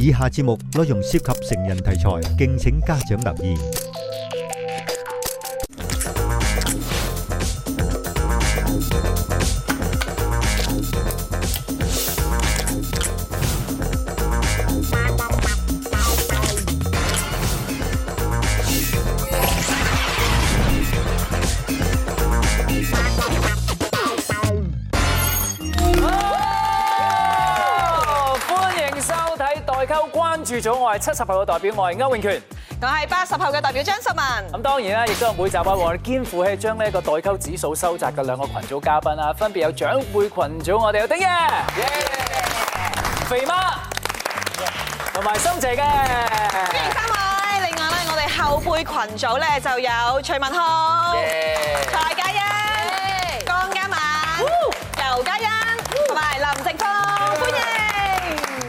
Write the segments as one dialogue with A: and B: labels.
A: 以下節目內容涉及成人題材，敬請家長留意。
B: 歡迎收睇代溝關注組，我係七十後嘅代表，我係歐永權。
C: 我係八十後嘅代表張秀文，
B: 咁當然啦，亦都有每集啊，我哋肩負起將呢一個代溝指數收窄嘅兩個群組嘉賓啦，分別有長輩群組，我哋有丁爺、肥媽同埋心姐嘅。
C: 歡迎三位。另外咧，我哋後輩群組咧就有徐文浩、蔡嘉欣、江嘉敏、尤嘉欣同埋林靜峰，歡迎。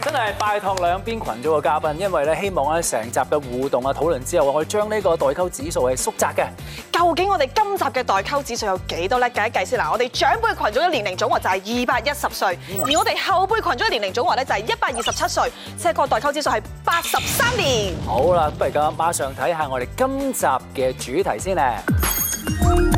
B: 真係拜託兩邊群組嘅嘉賓，因為咧希望咧成集嘅互動啊討論之後，我哋將呢個代溝指數係縮窄嘅。
C: 究竟我哋今集嘅代溝指數有幾多咧？計一計先嗱，我哋長輩群組嘅年齡總和就係二百一十歲，而我哋後輩群組嘅年齡總和咧就係一百二十七歲，即係個代溝指數係八十三年。
B: 好啦，不如咁，馬上睇下我哋今集嘅主題先咧。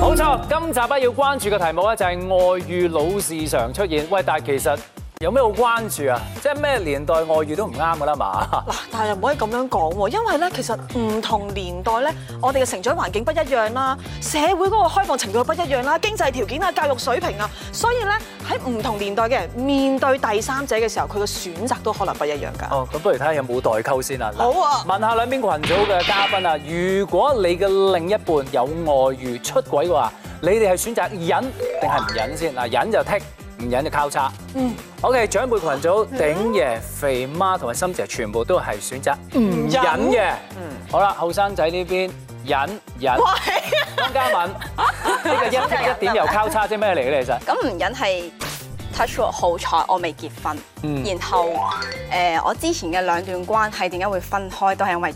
B: 冇錯，今集咧要關注嘅題目咧就係外遇老是常出現。喂，但係其實有咩好關注啊？即係咩年代外遇都唔啱噶啦嘛。
C: 嗱，但係又唔可以咁樣講喎，因為咧其實唔同年代咧，我哋嘅成長環境不一樣啦，社會嗰個開放程度不一樣啦，經濟條件啊、教育水平啊，所以咧喺唔同年代嘅人面對第三者嘅時候，佢嘅選擇都可能不一樣㗎。
B: 哦，咁不如睇下有冇代溝先啦。
C: 好啊
B: 問下兩邊群組嘅嘉賓啊，如果你嘅另一半有外遇出軌嘅話，你哋係選擇忍定係唔忍先？嗱，忍就剔，唔忍就交叉。嗯。OK，長輩群組，鼎爺、肥媽同埋心姐全部都係選擇唔忍嘅。嗯。好啦，後生仔呢邊忍忍，
C: 喂，
B: 張 嘉敏呢個一剔一點又交叉，即係咩嚟嘅其實？
D: 咁唔忍係 touch wood，好彩我未結婚，
B: 嗯
D: 然後誒、呃我之前嘅兩段關係點解會分開，都係因為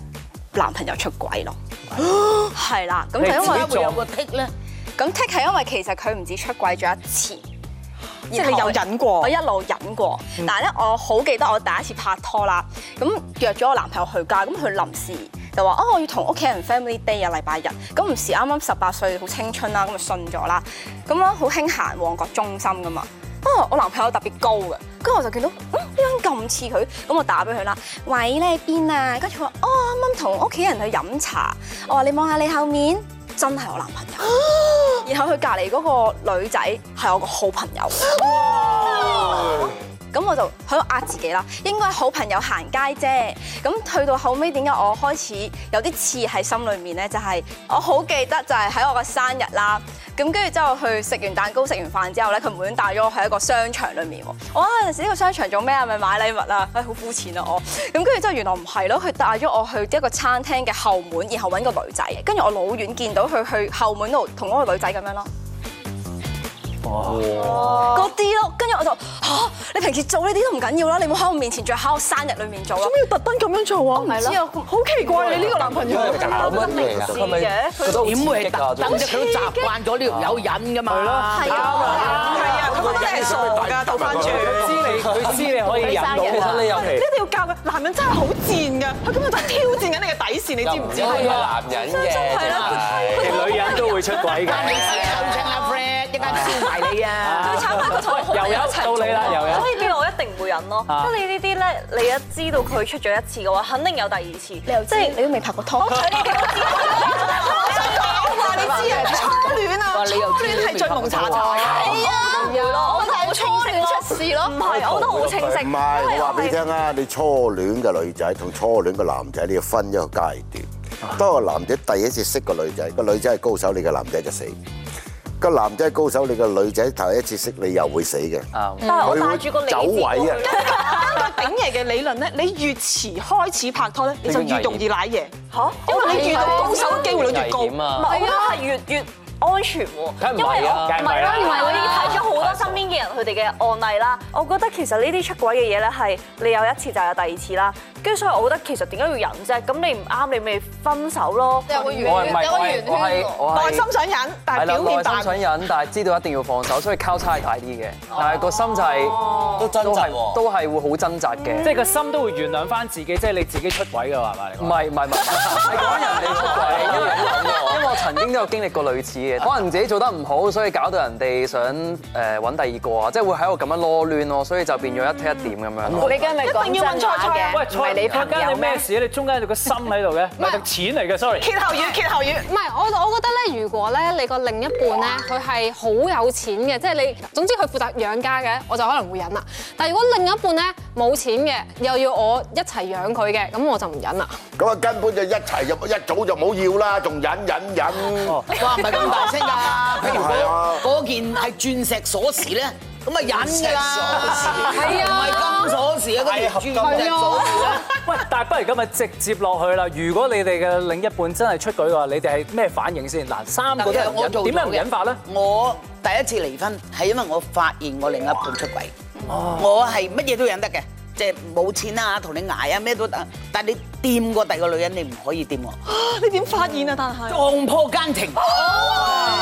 D: 男朋友出軌咯，係啦，咁就因為
B: 哦你自己做
D: 咁 tick 係因為其實佢唔止出軌咗一次，
C: 即係你有忍過
D: 我一路忍過，但係咧我好記得我第一次拍拖啦，咁約咗我男朋友去街，咁佢臨時就話哦我要同屋企人 family day 啊禮拜日，咁唔時啱啱十八歲好青春啦，咁就信咗啦，咁樣好興行旺角中心噶嘛，啊我男朋友特別高嘅，跟住我就見到嗯呢個人咁似佢，咁我打俾佢啦，喂你喺邊啊？跟住佢話哦啱啱同屋企人去飲茶，我話你望下你後面，真係我男朋友。然後佢隔離嗰個女仔係我個好朋友，咁我就喺度呃自己啦，應該係好朋友行街啫。咁去到後尾點解我開始有啲刺喺心裏面咧？就係、我好記得就係喺我個生日啦。咁跟住之後去食完蛋糕、食完飯之後咧，佢無端帶咗我去一個商場裏面喎。我啊嗰陣時呢個商場做咩啊？咪買禮物啊！唉，好膚淺啊我。咁跟住之後原來唔係咯，佢帶咗我去一個餐廳嘅後門，然後揾個女仔。跟住我老遠見到佢去後門度同嗰個女仔咁樣咯。嗰啲咯，跟住我就吓，你平時做呢啲都唔緊要啦，你冇喺我面前，仲要喺我生日裏面做啦。
C: 要特登咁樣做啊？唔
D: 知啊
C: 好奇怪你呢個男朋友
E: 哦
F: 搞乜嘢啊？係咪覺得好
E: 點會
F: 刺激啊
E: 特？登啫？佢都習慣咗呢條友忍噶嘛。
D: 係啊，
C: 係啊，佢覺得你係傻啊㗎，倒翻轉。
B: 佢知你，佢知你可以
F: 其
B: 忍到。
F: 實你又
C: 你一
F: 係
C: 定要教嘅，男人真係好賤㗎，佢根本就係挑戰緊你嘅底線，你知唔知？
F: 係啊男人嘅，
B: 其女人都會出軌
E: 你
B: 嘅。
E: 自己有請阿 Fred，一間燒埋你啊！
D: 參加個同學
B: 又有到你啦，又有。
G: 所以邊我一定會忍咯。
B: 啊
G: 即係你呢啲咧，你一知道佢出咗一次嘅話，肯定有第二次。
D: 你又即係你都未拍過拖，
C: 我話你知啊，初戀啊，初戀係最蒙查查嘅。
D: 啊
G: 我覺得好清晰咯，
D: 出事咯
G: 唔係，我覺得好清晰。
H: 唔係，
G: 因為
H: 我話俾你
G: 係
H: 聽啊！你初戀嘅女仔同初戀嘅男仔，你要分一個階段。當個男仔第一次識個女仔，個女仔係高手，你個男仔就死；個男仔係高手，你個女仔頭一次識你又會死嘅。
B: Ờ.
G: 但係我帶
H: 佢
G: 住個
H: 會
G: 理
H: 走
G: 智
H: 位啊！
C: 根據鼎爺嘅理論咧，你越遲開始拍拖咧，你就越容易舐嘢，
G: 嚇，
C: 因為你遇到高手嘅機會率越
F: 危
C: 高。
F: 險
G: 唔
F: 啊！
G: 係，我覺得係越越安全喎。
B: 梗係唔
G: 因
B: 係啦啊
G: 為我
B: 梗係唔係啦
G: 因為我已經睇咗好多身邊嘅人去佢哋嘅案例啦。我覺得其實呢啲出軌嘅嘢咧，係你有一次就有第二次啦。跟住所以，我覺得其實點解要忍啫？咁你唔啱，你咪分手咯。
I: 有個
F: 我係唔
I: 圓，
F: 係
I: 有個
F: 我係
I: 圓圈
F: 我係
I: 喎。
F: 我係
C: 內心想忍，但
F: 係
C: 係
F: 啦，
C: 表面
F: 內心
C: 扮
F: 想忍，但係知道一定要放手，所以交叉係大啲嘅，但係個心就係
H: 都掙
F: 都
H: 扎
F: 係
H: 喎
F: 都係會好掙扎嘅。
B: 即
F: 即係
B: 係個心都會原諒翻自己，即係你自己出軌嘅係咪？
F: 唔係唔係唔係，係講人哋出軌，因為因為我曾經都有經歷過類似嘅，可能自己做得唔好，所以搞到人哋想誒揾第二個啊，即係會喺度咁樣囉攣咯，所以就變咗一踢一點咁樣咯。
I: 你今日咪講真話嘅，唔係你朋友
B: 你咩
I: 咩？
B: 事啊？你中間有個心喺度嘅，唔係條錢嚟嘅，sorry。
C: 歇後語，歇後語。
I: 唔係，我我覺得咧，如果咧你個另一半咧，佢係好有錢嘅，即係你總之佢負責養家嘅，我就可能會忍啦。但係如果另一半咧冇錢嘅，又要我一齊養佢嘅，咁我就唔忍啦。
H: 咁啊根本就一齊就一早就冇要啦，仲忍忍忍。
E: 哇，唔係咁大聲㗎。譬如
H: 係啊
E: 嗰嗰件係鑽石鎖匙咧，咁啊忍㗎啦。
I: 係啊
E: 唔係金鎖匙啊，嗰條鑽石鎖匙咧。
B: 喂，但係不如今日直接落去啦。如果你哋嘅另一半真係出軌嘅話，你哋係咩反應先？嗱，三個都係唔
E: 我
B: 忍
E: 做
B: 點解唔忍法咧？？
E: 我第一次離婚係因為我發現我另一半出軌，我係乜嘢都忍得嘅，即係冇錢啊，同你捱啊，咩都得。但係你掂過第二個女人，你唔可以掂我。
C: 你點發現啊？但係
E: 撞破奸情，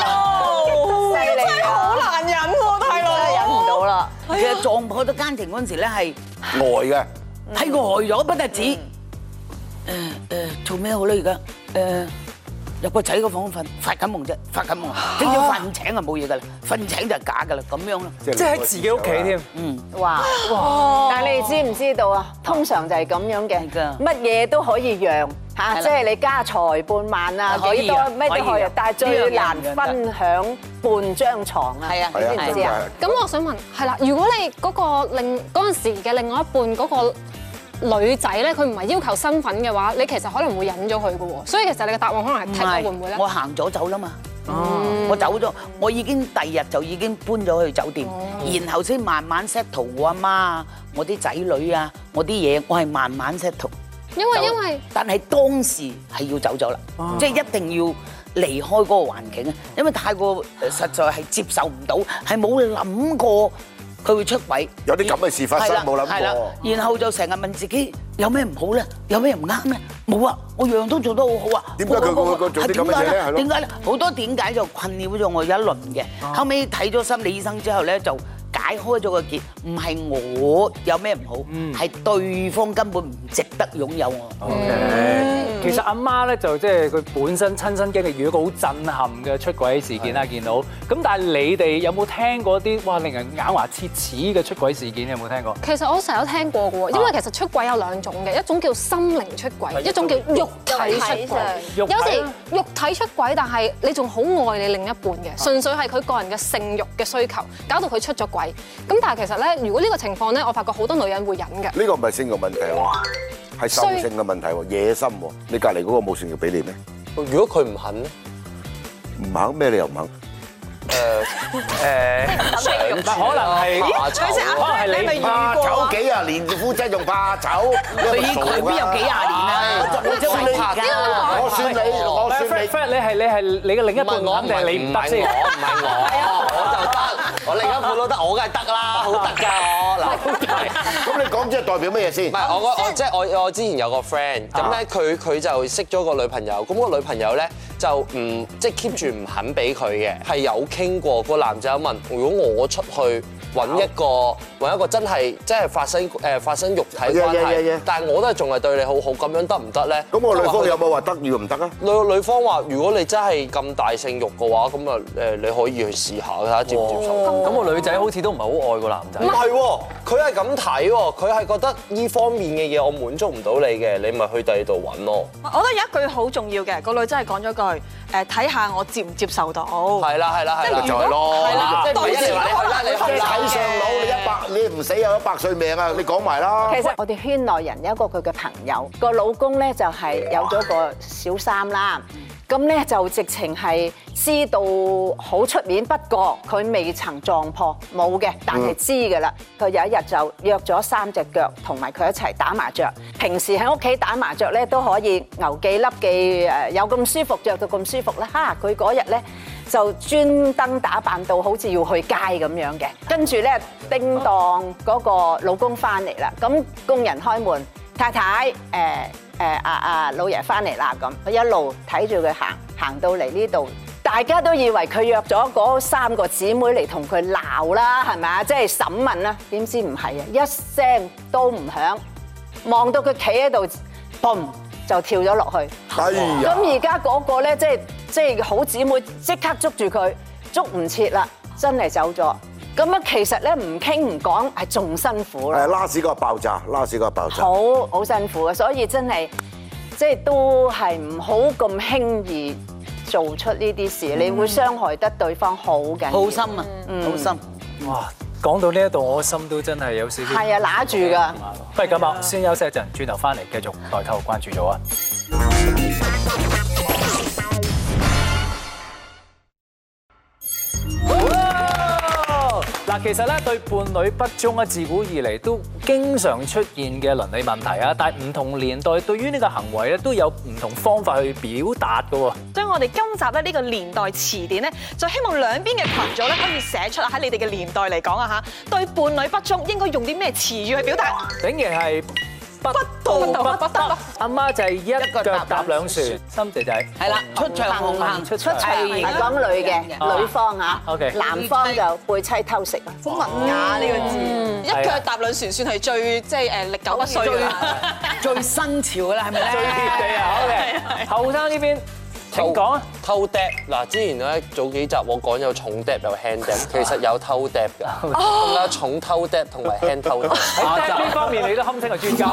E: Oh,
C: 真係好難忍喎，大佬。
G: 啊忍唔到啦。
E: 其實撞破咗奸情嗰陣時咧，係
H: 呆嘅，
G: 嗯
E: 係我呆咗不得止。誒誒，做咩好咧？而家
C: Ờ,
E: 誒入個仔個房瞓，發緊夢啫，發緊夢。跟住瞓醒就冇嘢噶啦，瞓醒就係假噶啦，咁樣咯。
H: 即
B: 即係喺自己屋企添。
J: 哇！但係你哋知唔知道啊？通常就係咁樣嘅
E: 哦係㗎，
J: 乜嘢都可以讓
E: 係啦
J: 嚇，即係你家財半萬啊，
E: 可以
J: 幾多
E: 讓
J: 咩都
E: 可
J: 可
E: 以
J: 以
E: 讓，
J: 但係最難
E: 呢樣嘢唔讓得
J: 分享半張床啊！
E: 係啊
J: 你知唔知
H: 係
J: 啊
H: 啊？
I: 咁我想問，係啦，如果你嗰個另嗰陣時嘅另外一半嗰個女仔咧，佢唔係要求身份嘅話，你其實可能會忍咗佢嘅喎。所以其實你嘅答案可能係啊
E: 唔
I: 踢
E: 係
I: 咯，會唔會咧？
E: 我行咗走啦嘛。
J: 嗯
E: 我走咗，我已經第二日就已經搬咗去酒店，
J: 哦
E: 然後先慢慢 settle 我阿媽啊、我啲仔女啊、我啲嘢，我係慢慢 settle。
I: 因為因為
E: 但係當時係要走咗啦，即係一定要離開嗰個環境啊，因為太過誒實在係接受唔到，係冇諗過佢會出軌。
H: 有啲咁嘅事發生
E: 係啦
H: 冇諗過
E: 係啦然後就成日問自己有咩唔好咧，有咩唔啱咧？冇啊，我樣樣都做得好好啊。
H: 點解
E: 好
H: 佢
E: 好好
H: 佢佢做啲咁嘅嘢
E: 係點解
H: 呢係咯
E: 點解咧？好多點解就困擾咗我一輪嘅。後尾睇咗心理醫生之後咧，就解開咗個結，唔係我有咩唔好，係對方根本唔值得擁有我。
B: 其實阿媽咧就即係佢本身親身經歷遇到一個好震撼嘅出軌事件啦，見到咁。但係你哋有冇聽過啲哇令人眼牙切齒嘅出軌事件？你有冇聽過？
I: 其實我成日都聽過嘅喎，因為其實出軌有兩種嘅，一種叫心靈出軌，一種叫肉體出軌。
B: 肉
I: 有
B: 體
I: 時肉體出軌，但係你仲好愛你另一半嘅，純粹係佢個人嘅性慾嘅需求，搞到佢出咗軌。咁但係其實咧，如果呢個情況咧，我發覺好多女人會忍嘅。
H: 呢個唔係性嘅問題喎，係獸性嘅問題喎，野心喎。你隔離嗰個冇性欲俾你咩？
F: 如果佢唔肯咧，
H: 唔肯咩？你又唔肯？
F: 誒
B: 但可能 係
F: 怕醜咯
B: 可能係你
H: 怕醜幾廿年，夫妻仲怕醜，
E: 佢
H: 你係咪傻㗎
E: 佢邊有幾廿年啊？
H: 我就我
E: 怕
H: 算你，我算你，我
B: 唔係
H: 算
B: Fred
H: 你。
B: Fred，你係你係你嘅另一
F: 唔係
B: 半唔
F: 我
B: 肯定係你唔得先
F: 係？我唔係我，我就得，我另一半都得，我梗係得啦，好得㗎我嗱。
H: 咁你講即係代表乜嘢先
F: 唔？係我我即係我我之前有個 friend，咁
H: 啊
F: 咧佢佢就識咗個女朋友，咁個女朋友咧就唔即係 keep 住唔肯俾佢嘅，係有傾過個男仔有問，如果我出去揾一個揾一個真係真係發生誒發生肉體關
H: Yeah, yeah, yeah, yeah.
F: 係，但係我都係仲係對你好好，咁樣得唔得咧？
H: 咁我女
F: 佢話
H: 方
F: 佢
H: 有冇話得與唔得啊？
F: 女女方話：如果你真係咁大性慾嘅話，咁啊誒你可以去試下睇下接唔接受。
B: 咁個女仔好似都唔係好愛個男仔
F: 唔。係喎，佢係咁睇喎，佢係覺得呢方面嘅嘢我滿足唔到你嘅，你咪去第二度揾咯。
C: 我覺得有一句好重要嘅，個女真係講咗句誒，睇下我接唔接受到。
F: 係啦係啦係啦，
C: 如果係啦
F: 即係唔係
C: 對
F: 一定話你去啦，你去啦
H: 睇上腦你一百，你唔死有一百歲命啊！你講埋啦
J: 其。實我哋圈內人有一個佢嘅朋友，個老公咧就係有咗個小三啦。咁咧就直情係知道好出面，不過佢未曾撞破，冇嘅，但係知㗎啦。佢有一日就約咗三隻腳同埋佢一齊打麻雀。平時喺屋企打麻雀咧都可以牛記粒記誒有咁舒服，着到咁舒服啦。哈！佢嗰日咧。就專登打扮到好似要去街咁樣嘅。跟住咧，叮當嗰個老公翻嚟啦，咁工人開門，太太誒誒啊啊老爺翻嚟啦咁，我一路睇住佢行，行到嚟呢度。大家都以為佢約咗嗰三個姊妹嚟同佢鬧啦，係咪啊？即係審問啦，點知唔係啊，一聲都唔響，望到佢企喺度，嘣就跳咗落去。
H: 哎呀
J: 咁而家嗰個咧，即係即係好姊妹即刻捉住佢，捉唔切啦，真係走咗。咁啊，其實咧唔傾唔講係仲辛苦啦
H: 誒，拉屎嗰個爆炸，拉屎嗰個爆炸。
J: 好好辛苦嘅，所以真係即係都係唔好咁輕易做出呢啲事，你會傷害得對方好緊要。
E: 好心啊，好心。
B: 哇！講到呢一度，我心都真係有少少。
J: 係啊揦住㗎。
B: 不如咁啊，先休息一陣，轉頭翻嚟繼續代購關注組啊。嗱，其實咧對伴侶不忠咧，自古以嚟都經常出現嘅倫理問題啊，但係唔同年代對於呢個行為咧都有唔同方法去表達嘅喎。
C: 所以我哋今集咧呢個年代詞典咧，就希望兩邊嘅群組咧可以寫出啊喺你哋嘅年代嚟講啊嚇，對伴侶不忠應該用啲咩詞語去表達？
B: 竟然係不道不得，阿媽就係一腳踏兩船，心姐仔
E: 係啦，出場紅行
B: 出
J: 出
B: 場。
J: 場係講女
B: 啊
J: 嘅女方啊
B: OK，
J: 男方就背妻偷食啊。
C: 好文雅呢個字，
B: 係
C: 一
B: 啊
C: 腳踏兩船算係最即係誒歷久不衰㗎啦。
E: 最新潮嘅啦，係咪
B: 最
E: 咧？
B: 貼地啊！OK，後生呢邊請講啊，
F: 偷嗒嗱，之前咧早幾集我講有重嗒有輕嗒，其實有偷嗒㗎，咁啦重偷嗒同埋輕偷
B: 喺
F: 嗒。
B: 呢方面你都堪稱係 專家。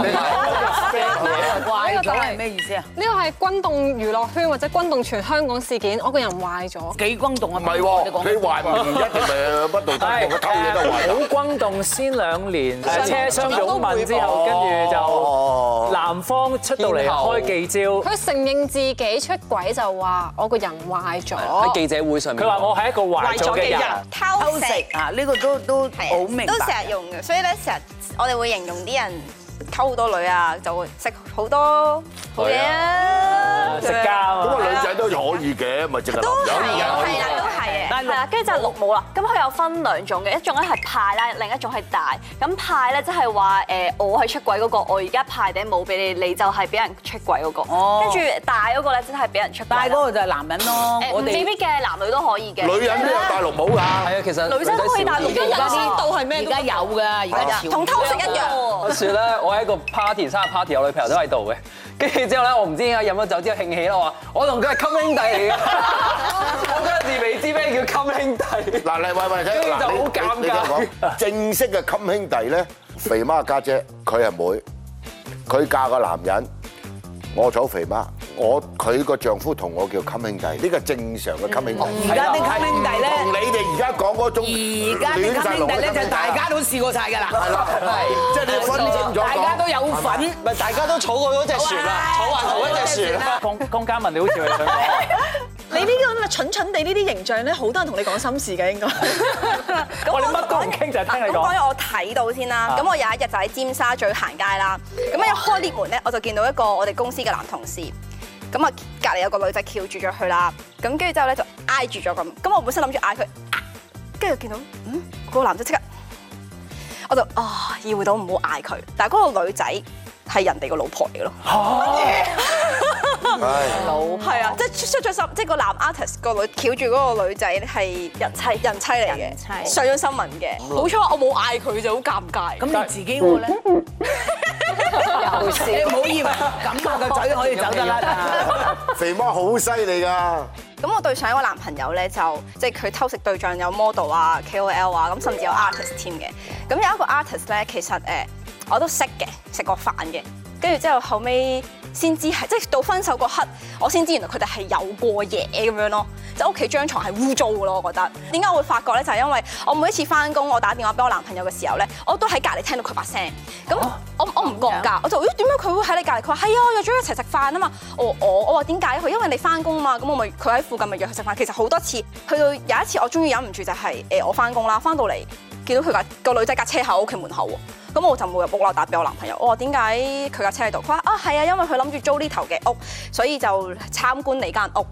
E: 壞咗係咩意思啊？
I: 呢個係轟動娛樂圈或者轟動全香港事件，我個人壞咗。
E: 幾轟動啊！
H: 唔係喎，你壞唔一定係不道德
B: 係
H: 喎，佢偷嘢都係壞㗎。
B: 好轟動，先兩年誒車廂擁吻之後，跟住
H: 哦
B: 就男方出到嚟開記招，
I: 佢承認自己出軌就話我個人壞咗。
F: 喺記者會上面，
B: 佢話我係一個壞咗嘅人。
D: 偷
E: 偷
D: 食
E: 食
J: À,
E: 啊！呢個都都
D: 係啊
E: 好明白。
D: 都成日用嘅，所以咧成日我哋會形容啲人溝好多女啊，就會食好多好嘢啊，
B: 食家啊
H: 咁
B: 嘛
H: 啊，女仔都可以嘅，咪淨係
D: 都係
H: 男人。
D: 啊，係啦，都係啊。
E: 但
G: 係啦，跟住就綠帽啦。咁佢有分兩種嘅，一種咧係派啦，另一種係大。咁派咧即係話誒，我係出軌嗰個，我而家派頂帽俾你，你就係俾人出軌嗰個。
E: 哦
G: 跟住大嗰個咧，真係俾人出軌啦。
E: 但係嗰個就係男人咯，
G: 誒
E: 我
G: 唔未
E: 哋
G: 必嘅，男女都可以嘅。
H: 女人都有戴綠帽㗎。
F: 係啊，其實
G: 女仔都可以戴綠
F: 少啲
G: 帽㗎
E: 而家有㗎，而家潮
D: 同偷食一樣。
F: 話説咧，我喺一個 party 生日 party，我女朋友都喺度嘅。跟住之後咧，我唔知點解飲咗酒之後興起啦，我話我同佢係襟兄弟嚟嘅。 我嗰陣時未知咩叫襟兄弟。
H: 嗱，嚟喂喂，
F: 跟住
H: 嗱
F: 就
H: 你
F: 好尷尬
H: 你你聽我講正式嘅襟兄弟咧，肥媽家姐，佢係妹，佢嫁個男人，我做肥媽，我佢個丈夫同我叫襟兄弟，呢個正常嘅襟兄弟。
E: 而家啲襟兄弟
H: 同
E: 咧，
H: 你哋而家講嗰種
E: 而家啲襟兄弟咧就大家都試過晒㗎啦。係啦，
F: 係，
H: 即係你分清楚
E: 大家
H: 講。
E: 都有份。
F: 咪大家都坐過嗰隻船啦，坐埋同一 隻船啦。
B: 江江嘉文，你好似係想講。
C: 你呢個咁嘅蠢蠢地呢啲形象咧，好多人同你講心事嘅應該。
D: 咁
B: 我哋哦乜都唔傾就係聽你講啊
D: 咁講嘢我睇到先啦。咁我有一日就喺尖沙咀行街啦，咁一開 lift 門咧，我就見到一個我哋公司嘅男同事。咁啊，隔離有個女仔翹住咗佢啦。咁跟住之後咧就挨住咗咁。咁我本身諗住嗌佢，啊跟住見到嗯個男仔即刻，我就啊意會到唔好嗌佢。但係嗰個女仔係人哋個老婆嚟嘅咯。係啊，即係出咗心，即係個男 artist 個女翹住嗰個女仔係人妻人妻嚟
J: 人妻
D: 嘅，上咗新聞嘅。好彩我冇嗌佢就好尷尬。
E: 咁你自己我咧，你唔好以為咁下個仔可以走得啦。
H: 肥媽好犀利㗎，
D: 咁我對上一個男朋友咧就即係佢偷食對象有 model 啊、KOL 啊，咁甚至有 artist 添嘅。咁有一個 artist 咧，其實誒我都識嘅，食過飯嘅。跟住之後後尾先知係，即係到分手嗰刻，我先知原來佢哋係有過嘢咁樣咯。即係屋企張床係污糟嘅咯，我覺得。點解我會發覺咧？就係、因為我每一次翻工，我打電話俾我男朋友嘅時候咧，我都喺隔離聽到佢把聲。咁我我唔覺㗎，我就咦點解佢會喺你隔離？佢話係啊，約咗一齊食飯啊嘛。我我我話點解？佢因為你翻工嘛，咁我咪佢喺附近咪約佢食飯。其實好多次，去到有一次我終於忍唔住就係、誒、我翻工啦，翻到嚟見到佢架個女仔架車喺我屋企門口喎，咁我就冇入屋啦，打俾我男朋友，我話點解佢架車喺度？佢話啊係啊，因為佢諗住租呢頭嘅屋，所以就參觀你間屋。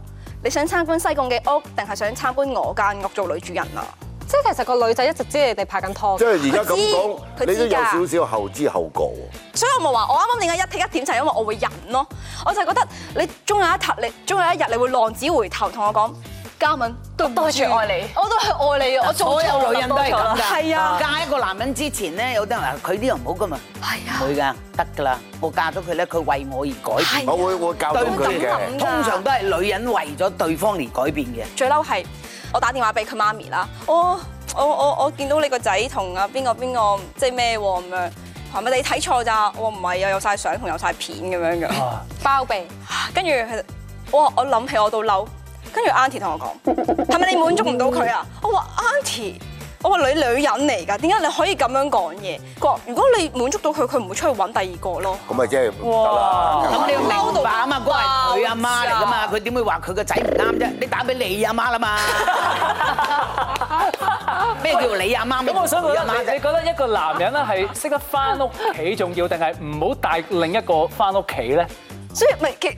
D: 你想參觀西貢嘅屋，定係想參觀我間屋做女主人啊？
I: 即係其實個女仔一直知你哋拍緊拖
H: 即
I: 嘅，
H: 係而家咁講，
D: 佢知
H: 你都有
D: 㗎
H: 少少後知後覺喎。
D: 所以我咪話我啱啱點解一剔一點就係因為我會忍咯，我就係覺得你終有一塔，你終有一日你會浪子回頭同我講，嘉敏對唔
G: 多謝愛你，我都係愛你啊！我做
E: 所
G: 錯
E: 有
G: 啦
E: 女人都係咁
G: 多
E: 㗎，
G: 錯啦
C: 係啊
E: 嫁一個男人之前咧，有啲人話佢呢樣唔好㗎嘛，
G: 係啊
E: 唔會㗎，得㗎啦，我嫁咗佢咧，佢為我而改變。
H: 我會我會教到
E: 對唔
H: 佢
E: 住
H: 嘅。
E: 通常都係女人為咗對方而改變嘅。
D: 最嬲係我打電話俾佢媽咪啦，我我我我見到你個仔同啊邊個邊個即係咩喎咁樣，係咪你睇錯咋？我話唔係啊，有晒相同有晒片咁樣㗎。
E: 啊
I: 包庇。
D: 跟住佢就，哇！我諗起我都嬲。跟住 Auntie 同我講，係咪你滿足唔到佢啊？我話 Auntie，我話你女人嚟㗎，點解你可以咁樣講嘢？佢話如果你滿足到佢，佢唔會出去揾第二個咯。
H: 咁咪即係唔得 啦。
E: 咁你要明白啊嘛，嗰係佢阿媽嚟噶嘛，佢點會話佢個仔唔啱啫？你打俾你阿媽啦 嘛，咩叫你阿媽？咩
B: 咁我想
E: 叫佢
B: 覺得
E: 阿媽
B: 你，你
E: 啫？
B: 覺得一個男人咧係識得翻屋企重要，定係唔好帶另一個翻屋企咧？
D: 所以咪其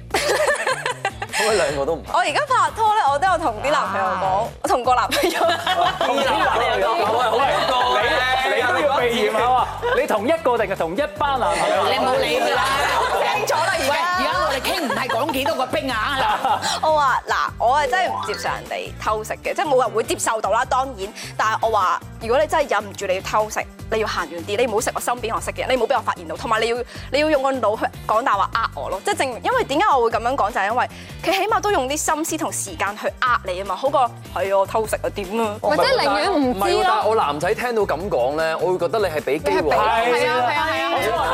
F: 咁兩個都唔
D: 我而家拍拖咧，我都有同啲男朋友講，我同個男朋友講。
B: 你你都要避嫌啊！你同一個定係同一班男朋友？
E: 你唔好理佢啦。
D: 清楚啦，
E: 喂，而家我哋傾唔係講幾多個兵啊？
D: 我話嗱，我係真係唔接受人哋偷食嘅，即係冇人會接受到啦，當然。但係我話，如果你真係忍唔住你要偷食，你要行遠啲，你唔好食我身邊我識嘅人，你唔好俾我發現到，同埋你要你要用個腦去講大話呃我咯，即係證明。因為點解我會咁樣講就係因為佢起碼都用啲心思同時間去呃你啊嘛，好過係啊我偷食啊點啊。
I: 或者寧願唔知咯
F: 係喎但係我男仔聽到咁講咧，我會覺得你係俾機
I: 係
F: 會
I: 俾係啊
F: 我。
I: 係啊係啊係啊！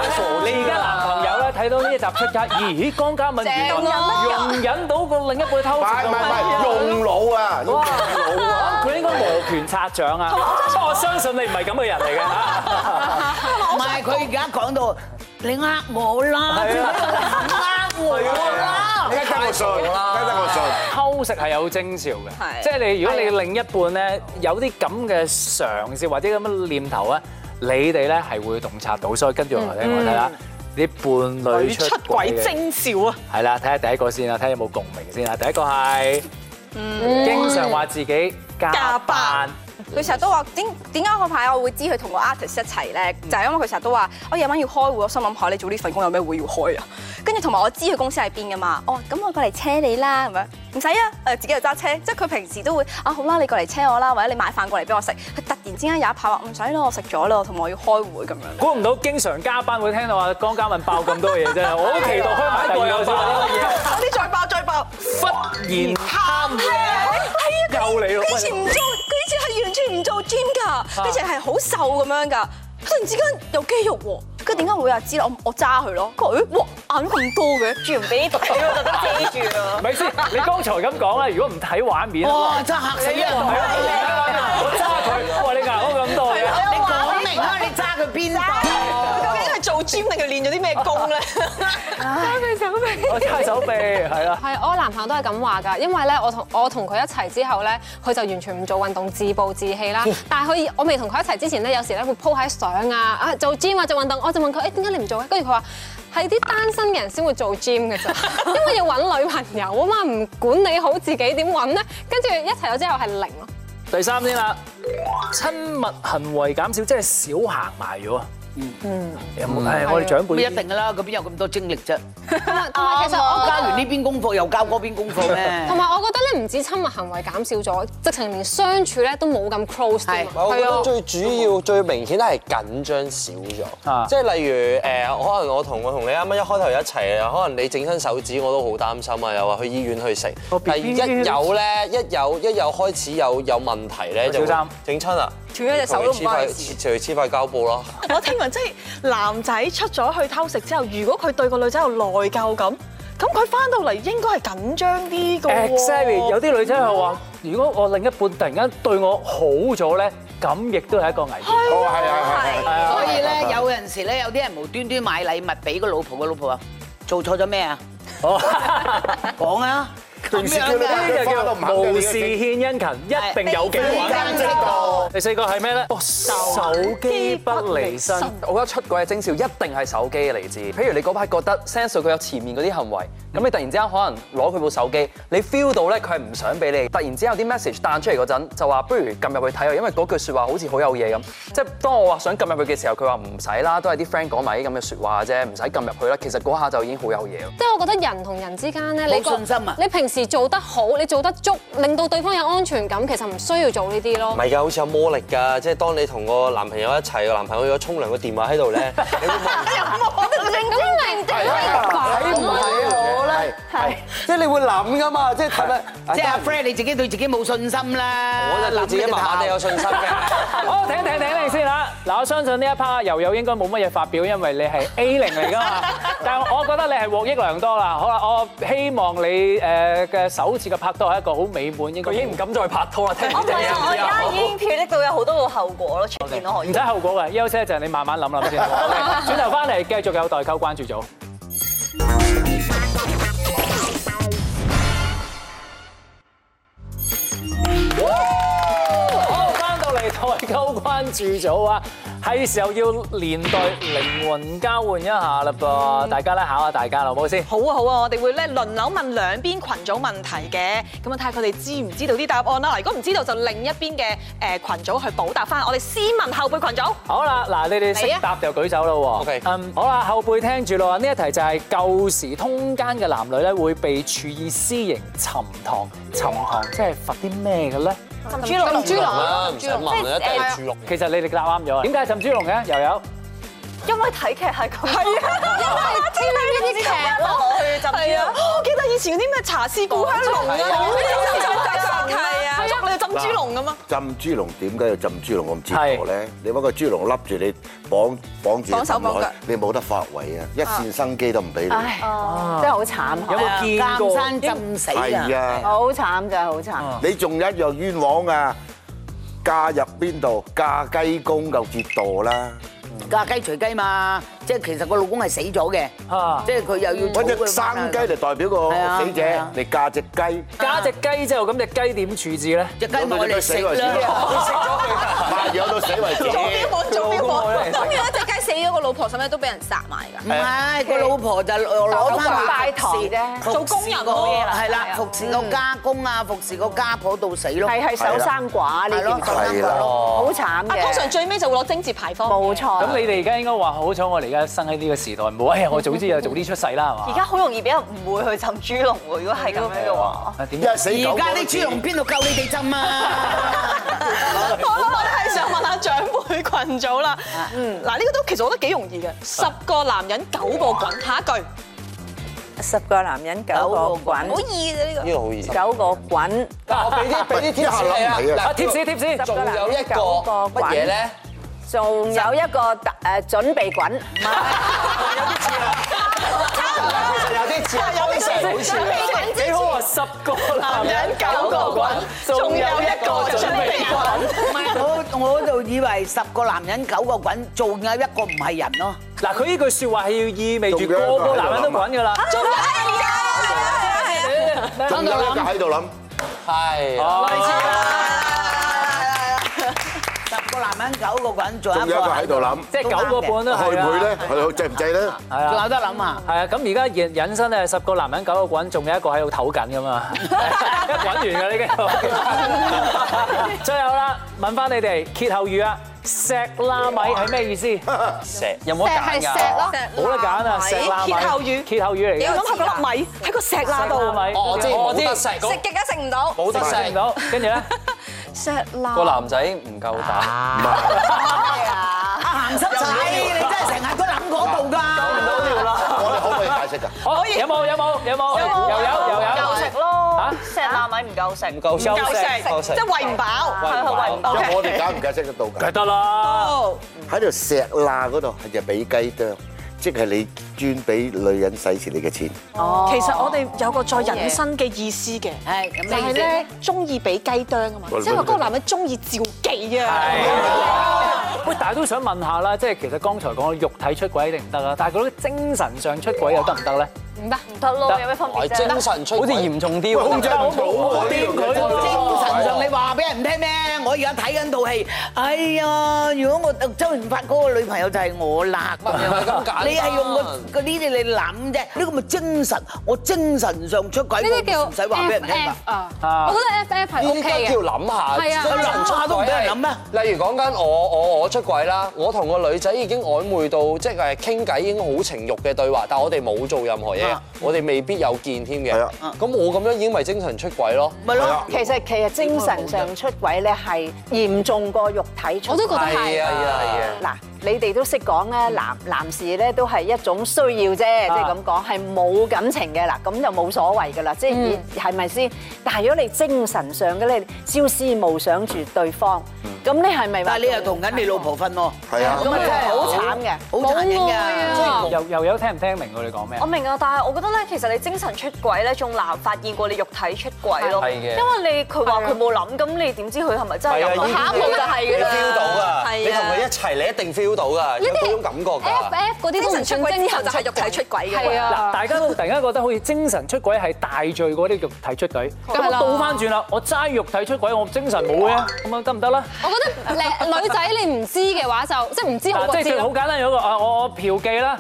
B: 你而家男朋友咧睇到呢一集出街，咦？江嘉敏原
G: 正啊
B: 來容忍到個另一半偷
H: 唔
B: 食
H: 係唔係唔係，用腦啊！呢
B: 哇！
H: 個用腦啊！
B: 佢應該磨拳擦掌啊！我相信你唔係咁嘅人嚟嘅嚇。
E: 嗱，唔係佢而家講到你呃我啦，
B: 係啊
E: 唔呃我啦。
H: 你得我信，得得我信。
B: 偷食係有徵兆嘅，
D: 係
B: 即係你如果你另一半咧有啲咁嘅嘗試或者咁嘅念頭咧，你哋咧係會洞察到，所以跟住我嚟聽我睇啦。啲伴侶出軌徵兆
C: à.
B: 啊！係啦，睇下第一個先啦，睇下有冇共鳴先啦。第一個係經常話自己加
D: 加
B: 班
D: 班，佢成日都話點點解嗰排我會知佢同個 artist 一齊咧？就係因為佢成日都話我夜晚要開會，我心諗下你做呢份工有咩會要開啊？跟住同埋我知佢公司喺邊噶嘛，哦咁我過嚟車你啦咁樣，唔使啊，誒自己又揸車，即係佢平時都會啊好啦，你過嚟車我啦，或者你買飯過嚟俾我食。佢突然之間有一排話唔使啦，我食咗啦，同埋我要開會咁樣。
B: 估唔到經常加班會聽到啊江嘉敏爆咁多嘢啫，我好期待開埋第二個先啦。
C: 快啲再爆再爆！
B: 忽然貪
D: 係啊，
B: 又嚟咯
D: 佢以前唔做，佢以前係完全唔做 gym 㗎，佢以前係好瘦咁樣㗎，突然之間有肌肉喎，跟住點解會有知啦？我我揸佢咯，佢話咦哇硬咗咁多嘅，住唔俾毒氣，我特登記住啊！
B: 咪先，你剛才咁講啦，如果唔睇畫面，
E: 哇！真係嚇死人！
B: 我揸佢，哇！你牙膏咁多嘅，
E: 你講明啦，你揸佢邊
C: Dạ.
E: 度？
C: 究竟係做 gym 定係練咗啲咩功咧？
D: 어,
B: 我揸手臂，係啦。
I: 係，我男朋友都係咁話㗎，因為咧，我同我同佢一齊之後咧，佢就完全唔做運動，自暴自棄啦。但係佢我未同佢一齊之前咧，有時咧會 po 喺相啊，啊做 gym 啊做運動，我就問佢誒點解你唔做啊嘅？跟住佢話係啲單身嘅人先會做 gym 嘅咋，因為要揾女朋友啊嘛，唔管理好自己點揾咧？跟住一齊咗之後係零咯。
B: 第三先啦，親密行為減少，即係少行埋咗啊。嗯，有冇？係我哋長輩
E: 一定㗎啦，佢邊有咁多精力啫？
I: 同埋啊同埋其實我覺
E: 交
I: 得。
E: 完呢邊功課又交嗰邊功課咩
I: 同？埋我覺得咧，唔止親密行為減少咗，直情連相處咧都冇咁 close 添啊
F: 唔係我覺
I: 係
F: 得
I: 啊
F: 最主要、最明顯係緊張少
B: 啊
F: 咗，即係例如誒，可能我同我同你啱啱一開頭一齊啊，可能你整親手指我都好擔心啊，又話去醫院去食
B: 我，
F: 但係
B: BB
F: 一有咧一有一有開始有有問題咧就會
B: 小心
F: 整親啊，
D: 斷咗隻手都唔關你事
F: 就要黐塊膠布咯。
C: 我聽聞即係男仔出咗去偷食之後，如果佢對個女仔有內疚感，咁佢翻到嚟應該係緊張啲嘅喎。
B: exactly 有啲女仔係話，如果我另一半突然間對我好咗咧，咁亦都係一個危險。
H: 哦，係啊，係啊。
D: 係。
E: 所以咧，有陣時咧，有啲人無端端買禮物俾個老婆，個老婆話做錯咗咩啊？
B: 哦
E: 講啊！
H: 斷
E: 咁
H: 線
E: 樣
H: 叫你
E: 嘅
H: 打佢花都唔肯
B: 無
H: 嘅
B: 事獻殷勤，一定有幾
E: 非奸即
B: 玩
E: 盜。
B: 第四個係咩咧？哦手機不離身。
K: 我覺得出軌嘅徵兆一定係手機嘅嚟自。譬如你嗰排覺得 sense 到佢有前面嗰啲行為，咁你突然之間可能攞佢部手機，你 feel 到咧佢係唔想俾你。突然之間有啲 message 彈出嚟嗰陣，就話不如撳入去睇下，因為嗰句説話好似好有嘢咁。即係當我話想撳入去嘅時候，佢話唔使啦，都係啲 friend 講埋啲咁嘅説話啫，唔使撳入去啦。其實嗰下就已經好有嘢啦。
I: 即係我覺得人同人之間咧，
E: 冇
I: 你個
E: 信心啊
I: 你平時做得好，你做得足，令到對方有安全感，其實唔需要做呢啲
F: 唔
I: 咯。
F: 係㗎，好似有魔力㗎，即係當你同個男朋友一齊，個男朋友有沖涼個電話喺度咧，你會望
I: 咁明
F: 睇唔睇我咧？係，即係你會諗㗎嘛，即係睇咪？
E: 即係阿 Fred 你自己對自己冇信心啦，
F: 我就對自己麻麻地有信心嘅。
B: 好，停一停停一停先啦。嗱，我相信呢一 part 遊友應該冇乜嘢發表，因為你係 A 零嚟㗎嘛。但係我覺得你係獲益良多啦。好啦，我希望你誒嘅首次嘅拍拖係一個好美滿，應該
K: 佢已經唔敢再拍拖啦，聽
G: 我
K: 唔
G: 唔係
K: 聽
G: 啊，我而
K: 啊
G: 家已經跳歷到有好多個後果咯，出現咯可以
B: 唔使。後果嘅。休息一陣，你慢慢諗諗先。轉頭翻嚟繼續有代溝關注組。好，翻到嚟代溝關注組啊，係時候要年代靈魂交換一下啦噃，大家咧考下大家啦，好冇先？
C: 好啊好啊，我哋會咧輪流問兩邊群組問題嘅，咁啊睇下佢哋知唔知道啲答案啦。如果唔知道就另一邊嘅誒群組去補答翻。我哋先問後輩群組，
B: 好啦，嗱，你哋識答就舉手啦喎。
F: OK
B: 嗯，好啦，後輩聽住咯。呢一題就係舊時通奸嘅男女咧，會被處以私刑沉堂。沉堂即係罰啲咩嘅咧？
G: 浸豬籠，
I: 浸豬籠
F: 啦，唔使問啦，一定係住落。
B: 其實你哋答啱咗啊。點解浸豬籠嘅？又有
G: 因為睇劇係咁。係
C: 어,
G: 啊，
I: 因為 TVB 啲劇咯。
G: 我去浸豬
C: 啊
G: 籠。，
D: 어,
C: 我記得以前嗰啲咩茶絲古香龍啊，
D: 네,
C: 어,
G: 係啊，
C: 捉你就浸豬籠咁啊，
H: 浸豬籠點解要浸豬籠咁折磨咧？你揾個豬籠笠住你，綁綁住
C: 綁手
H: 浸落去
C: 綁腳
H: 你冇得發圍啊！一線生機都唔俾你。
J: 唉，真係好慘，
B: 有冇見過
E: 監生浸死
J: à?
E: 啊
H: 係！啊，
J: 好慘真係好慘。
H: 你仲有一樣冤枉啊！嫁入邊度？嫁雞公夠折墮啦！
E: 嫁雞隨雞嘛，即係其實個老公係死咗嘅，
B: 啊
E: 即係佢又要
H: 揾
E: 儲佢
H: 只
E: 返啊
H: 生雞嚟代表個
E: 係啊
H: 死
E: 係
H: 者
E: 啊，
H: 你嫁只雞。
B: 加只雞之後，咁只雞點處置咧？
E: 只雞冇嚟食
H: 養到隻雞死為
C: à.
H: 止
E: 啦。
H: 賣養到死為止。
D: 뭐,
C: 做標榜。
D: 咁如果隻雞死咗，個老婆使唔使都俾人殺埋㗎？
E: 唔係，個老婆就攞翻去
J: 拜堂
E: 服侍
J: 啫
E: 服侍
C: 做工人
E: 個
C: 冇嘢啦
E: 係啦，服侍個家公啊，服侍個家婆到死咯。
J: 係係守生寡呢件事，
H: 係啦
J: 好慘
D: 아,
C: 啊，
J: 嘅。
C: 通常最尾就會攞貞節牌坊。
J: 冇
B: 咁
J: 錯，
B: 你哋而家應該話好彩，我哋而家生喺呢個時代，唔好哎呀，我早知 就早啲出世啦，係
G: 而
B: 嘛？
G: 家好容易俾人誤會去浸豬籠喎。如果係咁樣嘅話，
B: 啊點
H: 一死九
E: 而
H: 個
E: 家
H: 都
E: 啲
H: 知
E: 豬籠邊度夠你哋浸啊？
C: 好啦，我哋係想問下長輩群組啦。嗯，嗱呢個都其實我覺得幾容易嘅，十個男人九個滾，下一句。
L: 十個男人九個滾，
G: 易嘅呢
F: 呢個好易。
L: 九個滾，
F: 嗱，我俾啲俾啲貼士你
H: 一下諗唔起
F: 啊
H: 啊！
B: 啊貼士貼士，
F: 仲有一個乜嘢咧？
L: 仲有一個特誒準備滾，
F: 其實有啲似，有啲似，好似
B: 幾好啊！十個男人九個滾，仲有一個準備滾。
E: 唔係我我就以為十個男人九個滾，仲有一個唔係人咯。
B: 嗱，佢呢句説話係要意味住個個男人都滾㗎啦。
H: 仲有一個喺度諗，
F: 係。
B: Dạ.
E: 十個男人九個滾，仲有
H: 仲
E: 一
H: 有一
E: 個
H: 個喺度諗，
B: 即係九個半都
H: 去
B: 係
H: 唔去
B: 啦，
H: 咧？去制唔制咧？
B: 係
E: 仲
B: 啊
E: 有。得諗啊！
B: 係啊，咁而家引引申咧，十個男人九個滾，仲有一個喺度唞緊噶嘛， 一滾完㗎呢經。 最後啦，問翻你哋歇後語啊，石拉米係咩意思？
F: 石
B: 有冇得揀㗎？冇得揀啊，石拉米。
C: 歇後語
B: 歇後語嚟
C: 你
B: 嘅。
C: 諗下嗰粒米喺個石罅
B: 石
C: 度，
B: 拉米。
F: 我知，我
B: 知
F: 知，石
G: 個，食極都食唔到。
F: 冇得
B: 食唔
F: 食。
B: 到，跟住咧，
G: 石罅
K: 個男仔唔夠膽，
E: 阿鹹濕仔，你真係成日都諗嗰度
H: dạ.
E: 㗎。
H: 我哋可唔可以解釋㗎？
B: 好，有冇有冇有冇？又有又有。
G: 夠食咯，石罅米唔夠食，
K: 唔夠
C: 唔
K: 收
C: 夠
B: Dạ,
K: 夠
C: 食，
K: 食
C: 即係喂唔飽。
F: dạ.
G: 係佢喂唔到。
H: 我哋解唔解釋得到㗎
B: 梗係？得啦。
C: 哦，
H: 喺條石罅嗰度係隻俾雞啄，即係你專俾女人使錢你嘅錢。
C: 其實我哋有個再引申嘅意思嘅，
E: 係咁
C: 就
J: Dạ,
C: 係
E: 你
C: 咧中意俾雞啄啊嘛，即係話嗰個男人中意照記啊。
B: 喂，但係都想問下啦，即係其實剛才講肉體出軌一定唔得啦，但係嗰啲精神上出軌又得唔得咧？
I: 唔得
G: 唔得咯，有咩分別啫？
F: 好似
K: 嚴重啲喎，
E: 控制唔
K: 到喎
E: 精神上你話俾人聽咩？我而家睇緊套戲，哎呀！
C: Ờ,
E: 如果我周潤發嗰個女朋友就係我啦咁
F: 唔係咁簡單
E: 樣，你係用個嗰啲你嚟諗啫，呢個咪精神，我精神上出軌，
I: 呢啲
E: 我
I: 叫
E: 唔使話俾人聽
I: FF
E: 㗎。
I: 啊，我覺得 FF 係
F: 呢
I: OK
F: 啲
I: 嘅。
F: 都叫諗下，
I: 係啊，
F: 真人出
E: 都唔
F: 軌
E: 俾人
F: 係
E: 諗
F: 啊
E: 咩？
F: 例如講緊我我我出軌啦，我同個女仔已經曖昧到即係傾偈已經好情慾嘅對話，但我哋冇做任何嘢
E: 啊，
F: 我哋未必有見添嘅。咁我咁樣已經咪精神出軌咯？
E: 咪咯
J: 其實其實精神上出軌咧係嚴重過肉體出軌，
I: 我都覺得係
F: 係啊係啊係
J: 嗱，你哋都識講咧，男男士咧都係一種需要啫，即係咁講，係冇感情嘅啦，咁就冇所謂噶啦，即係以係咪先？但係如果你精神上嘅咧，朝思暮想住對方，咁你係咪話？
E: 但係你又同緊你老婆瞓喎，
H: 係啊
J: 咁啊真係好慘嘅，
E: 好殘忍㗎
I: 冇愛。啊
B: 又又有聽唔聽明我哋講咩
G: 我？明啊，但係我覺得咧，其實你精神出軌咧，仲難發現過你肉體出軌咯。
K: 係嘅
G: 因為你佢話佢冇諗，咁你點知佢係咪真係有諗？
F: 啊係啊
G: 下一步就係㗎
F: 你
G: 啦。
F: feel 到啊！你
G: 係
F: 同佢一
G: 啊。
F: 齊，你一定 feel 到噶，有嗰種感覺㗎。
I: FF 嗰啲都唔算精神出軌，
G: 軌
I: 係
B: 嗱，
I: 啊，
B: 大家都突然間覺得好似精神出軌係大罪過啲肉體出軌，
I: 梗係
B: 咁
I: 啦
B: 倒翻轉啦，我齋肉體出軌，我精神冇嘅，咁樣得唔得啦？
I: 我覺得靚 女仔你唔知嘅話就即係唔知好
B: 嗱，
I: 過
B: 即
I: 知
B: 係好
I: 咯。
B: 簡單有一個啊，我我嫖妓啦。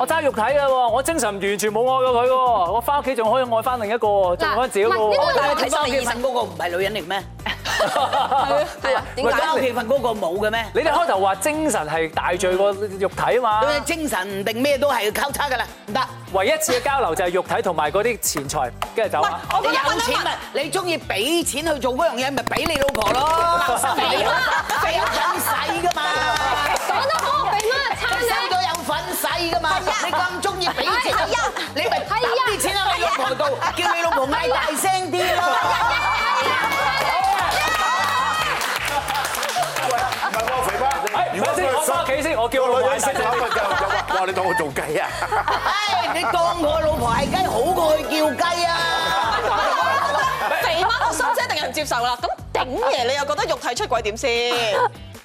B: 我齋肉體嘅喎，我精神完全冇愛過佢喎，我翻屋企仲可以愛翻另一個喎，仲可以自己
I: 唔
B: 喎。
I: 係呢個
E: 但係睇翻你瞓嗰個唔係女人嚟咩？
B: 係啊，
E: 點解屋企瞓嗰個冇嘅咩？
B: 你哋開頭話精神係大罪過肉體啊嘛，
E: 咁精神唔定咩都係交叉㗎啦，唔
C: Dạ.
E: 得。
B: 唯一一次嘅交流就係肉體同埋嗰啲錢財，跟住走啊。
E: 我覺得有錢咪你中意俾錢去做嗰樣嘢，咪俾你老婆咯，收你啦，佢有份使噶嘛，
I: 講得好，俾乜撐
E: 收
I: 你？
E: 到有份使噶嘛，你咁中意俾錢
I: 係啊，
E: 你咪抌啲錢喺你老婆度，叫你老婆嗌大聲啲咯。
B: 誒，等先，我翻屋企先，我叫我老闆先。
E: 唉，你當我老婆係雞好過去叫雞
C: Dạ.
E: 啊！
C: 肥媽個心姐一定係唔接受啦。咁頂爺，你又覺得肉體出軌點先？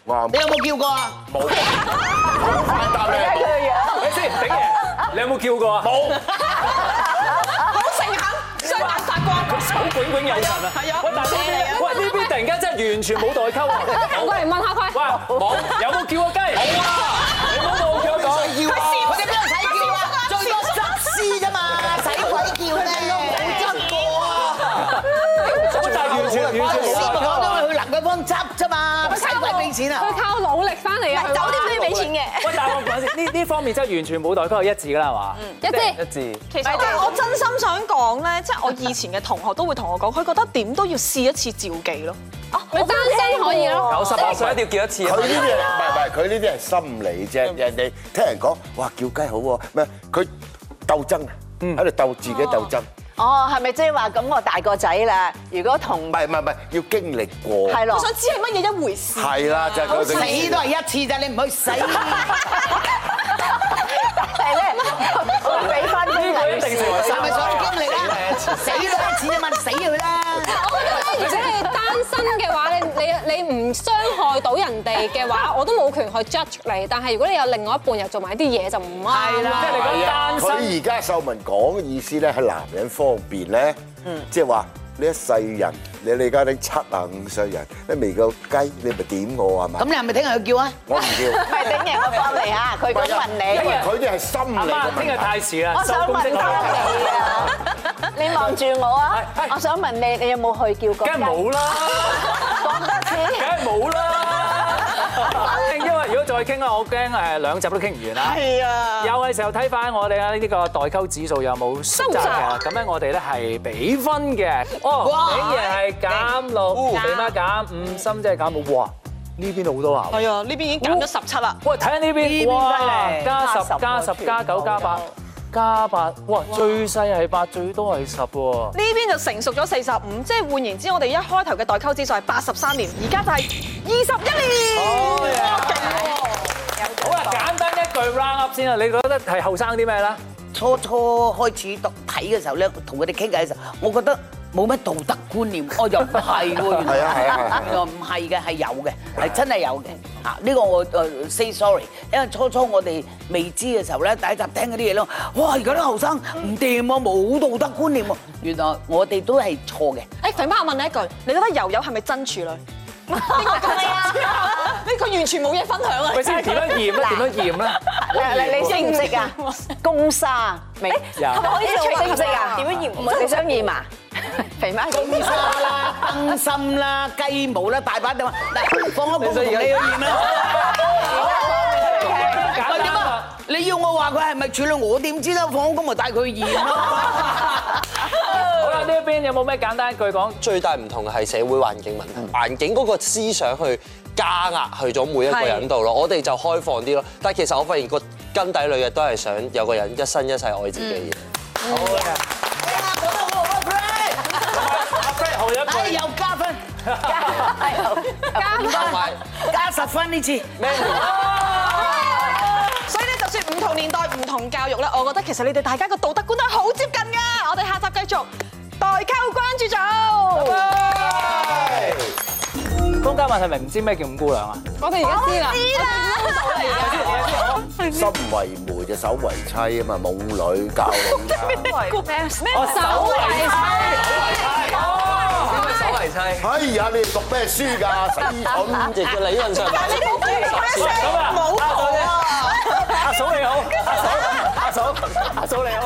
H: 哇！
E: 你有冇叫過啊？
B: 等先，頂爺，你有冇叫過啊？冇。
C: 好誠懇，雙眼發光。
B: 佢手炯炯有神啊！
C: 係啊
B: 喂，大哥，喂呢邊突然間真係完全冇代溝啊！
I: 過嚟問下佢。
B: 喂，冇有冇叫過雞？冇啊！你唔好同我講。
E: 要啊！佢哋邊度使叫啊？最多執屍啫嘛，使鬼叫咩？冇執過啊！
B: 喂但係完全完全
E: 師
B: 冇
E: 傅
B: 代溝
E: 講
B: 啊！
E: 到去林桂芳執啫嘛，使鬼俾錢啊
I: 佢！靠努力翻嚟啊！酒店都要俾錢嘅。
B: 喂，但係我講先，呢 呢方面真係完全冇代溝，係一致㗎啦，係嘛？
I: 一
K: 一
I: 啲
K: 致。
G: 其實
C: 但係
G: 我
C: 我真心想講咧，即係我以前嘅同學都會同我講，佢覺得點都要試一次召妓咯。
I: 你單身可以咯。
K: 有十八歲一定要叫一
B: Dạ,
K: 次啊
H: 佢呢啲係唔係唔係？佢呢啲係心理啫。人哋聽人講，哇叫雞好喎，咩？佢鬥爭啊，喺度鬥自己鬥爭。
J: 哦，係咪即係話咁我大個仔啦？如果同
H: 唔係唔係唔係，要經歷過。
J: 係咯
C: 我。想知係乜嘢一回事。
H: 係啦，就係佢
E: 死都係一次咋，你唔去死。
J: 係咧，我俾翻啲
B: 佢一
J: 女
B: 定
J: 士
B: 成為
E: 係咪
B: 三
E: 所以經歷啦？死都一次啫嘛，死佢啦！
I: 我覺得如果你單身嘅話，你你你唔傷害到人哋嘅話，我都冇權去 judge 你。但係如果你有另外一半又做埋啲嘢，就唔啱
B: 即係
I: 啦。
B: 你講單身
H: 佢而家秀文講嘅意思咧，喺男人方面咧，即係話你一世人，你你而家你七啊五歲人，你未夠雞，你咪點我係咪
E: 咁？你係咪聽日去叫啊？
H: 我唔要。
J: 唔係頂爺，我幫你啊！佢咁問
H: 因為
J: 你，
H: 佢哋係心理
B: 阿
H: 嘅
B: 媽，聽日
H: 問題。
B: 太遲啦，
J: 我
B: 收
J: 想
B: 工
J: 問
B: 先
J: 你
B: 講。
J: 啊！你望住我啊
B: 係！係
J: 我想問你，你有冇去叫過
B: 梗係
J: 雞？
B: 冇啦，
J: 講多次。
B: 梗係冇啦。因為如果再傾啊啦，我驚誒兩集都傾唔完啦。
E: 係啊
B: 有嘅時候睇翻我哋啊呢個代溝指數有冇收窄嘅？咁咧我哋咧係比分嘅。哦，
E: 哇
B: 竟然係減六，肥媽減五，心姐減五。哇，呢邊好多啊！
C: 係啊，呢邊已經減咗十七啦。
B: 喂，睇下呢邊，哇，加十加十加九加八加八，哇，最細係八，最多係十喎。
C: 呢邊就成熟咗四十五，即係換言之，我哋一開頭嘅代溝指數係八十三年，而家就係二十一年。哇勁喎！
B: 好啦，簡單一句 round up 先啊，你覺得係後生啲咩咧？
E: 初初開始讀睇嘅時候咧，同佢哋傾偈嘅時候，我覺得冇乜道德觀 念，我又唔係喎，原來
H: 係啊係啊係啊
E: 原來唔係嘅，係有嘅，係真係有嘅。啊，呢個我誒 say sorry，因為初初我哋未知嘅時候咧，第一集聽嗰啲嘢咯，哇！而家啲後生唔掂喎，冇道德觀念喎，原來我哋都係錯嘅。
C: 誒，肥媽，我問你一句，你覺得油油係咪真處女？呢個係啊，呢個完全冇嘢分享啊！
K: 喂，先點樣驗 咧？點樣驗咧？
J: 你你識唔識 啊？公沙明，
K: 有係咪
G: 可以做
J: 識唔識啊？
G: 點樣驗
J: 唔係你想驗啊？肥媽公
E: 沙啦、燈芯啦、雞毛啦、大把地方，嗱，放咗工同你去驗啦。喂點啊？你要我話佢係咪處女，我點知咧？放咗工咪帶佢去驗咯。
B: 好啦，呢一邊有冇咩簡單一句講？
F: 最大唔同嘅係社會環境問題，環境嗰個思想去加壓去咗每一個人度咯。我哋就開放啲咯，但係其實我發現個根底裏嘅都係想有個人一生一世愛自己嘅。
B: 阿 Fred 好有一
E: 哎，
B: 句
E: 又加分，加分，加十分呢次。
C: 所以咧，就算唔同年代、唔同教育咧，我覺得其實你哋大家個道德觀都係好接近㗎。我哋下集繼續代溝關注組。
B: 公家問係咪唔知咩叫五姑娘啊？
I: 我哋而家知啦。
H: 心為媒就手為妻啊嘛，母女教女家。
K: 手為妻，
H: 哎呀，你哋讀咩書㗎？死蠢！
F: 即係理論上，
B: 咁啊，阿嫂你好，阿嫂，阿嫂，阿嫂你好。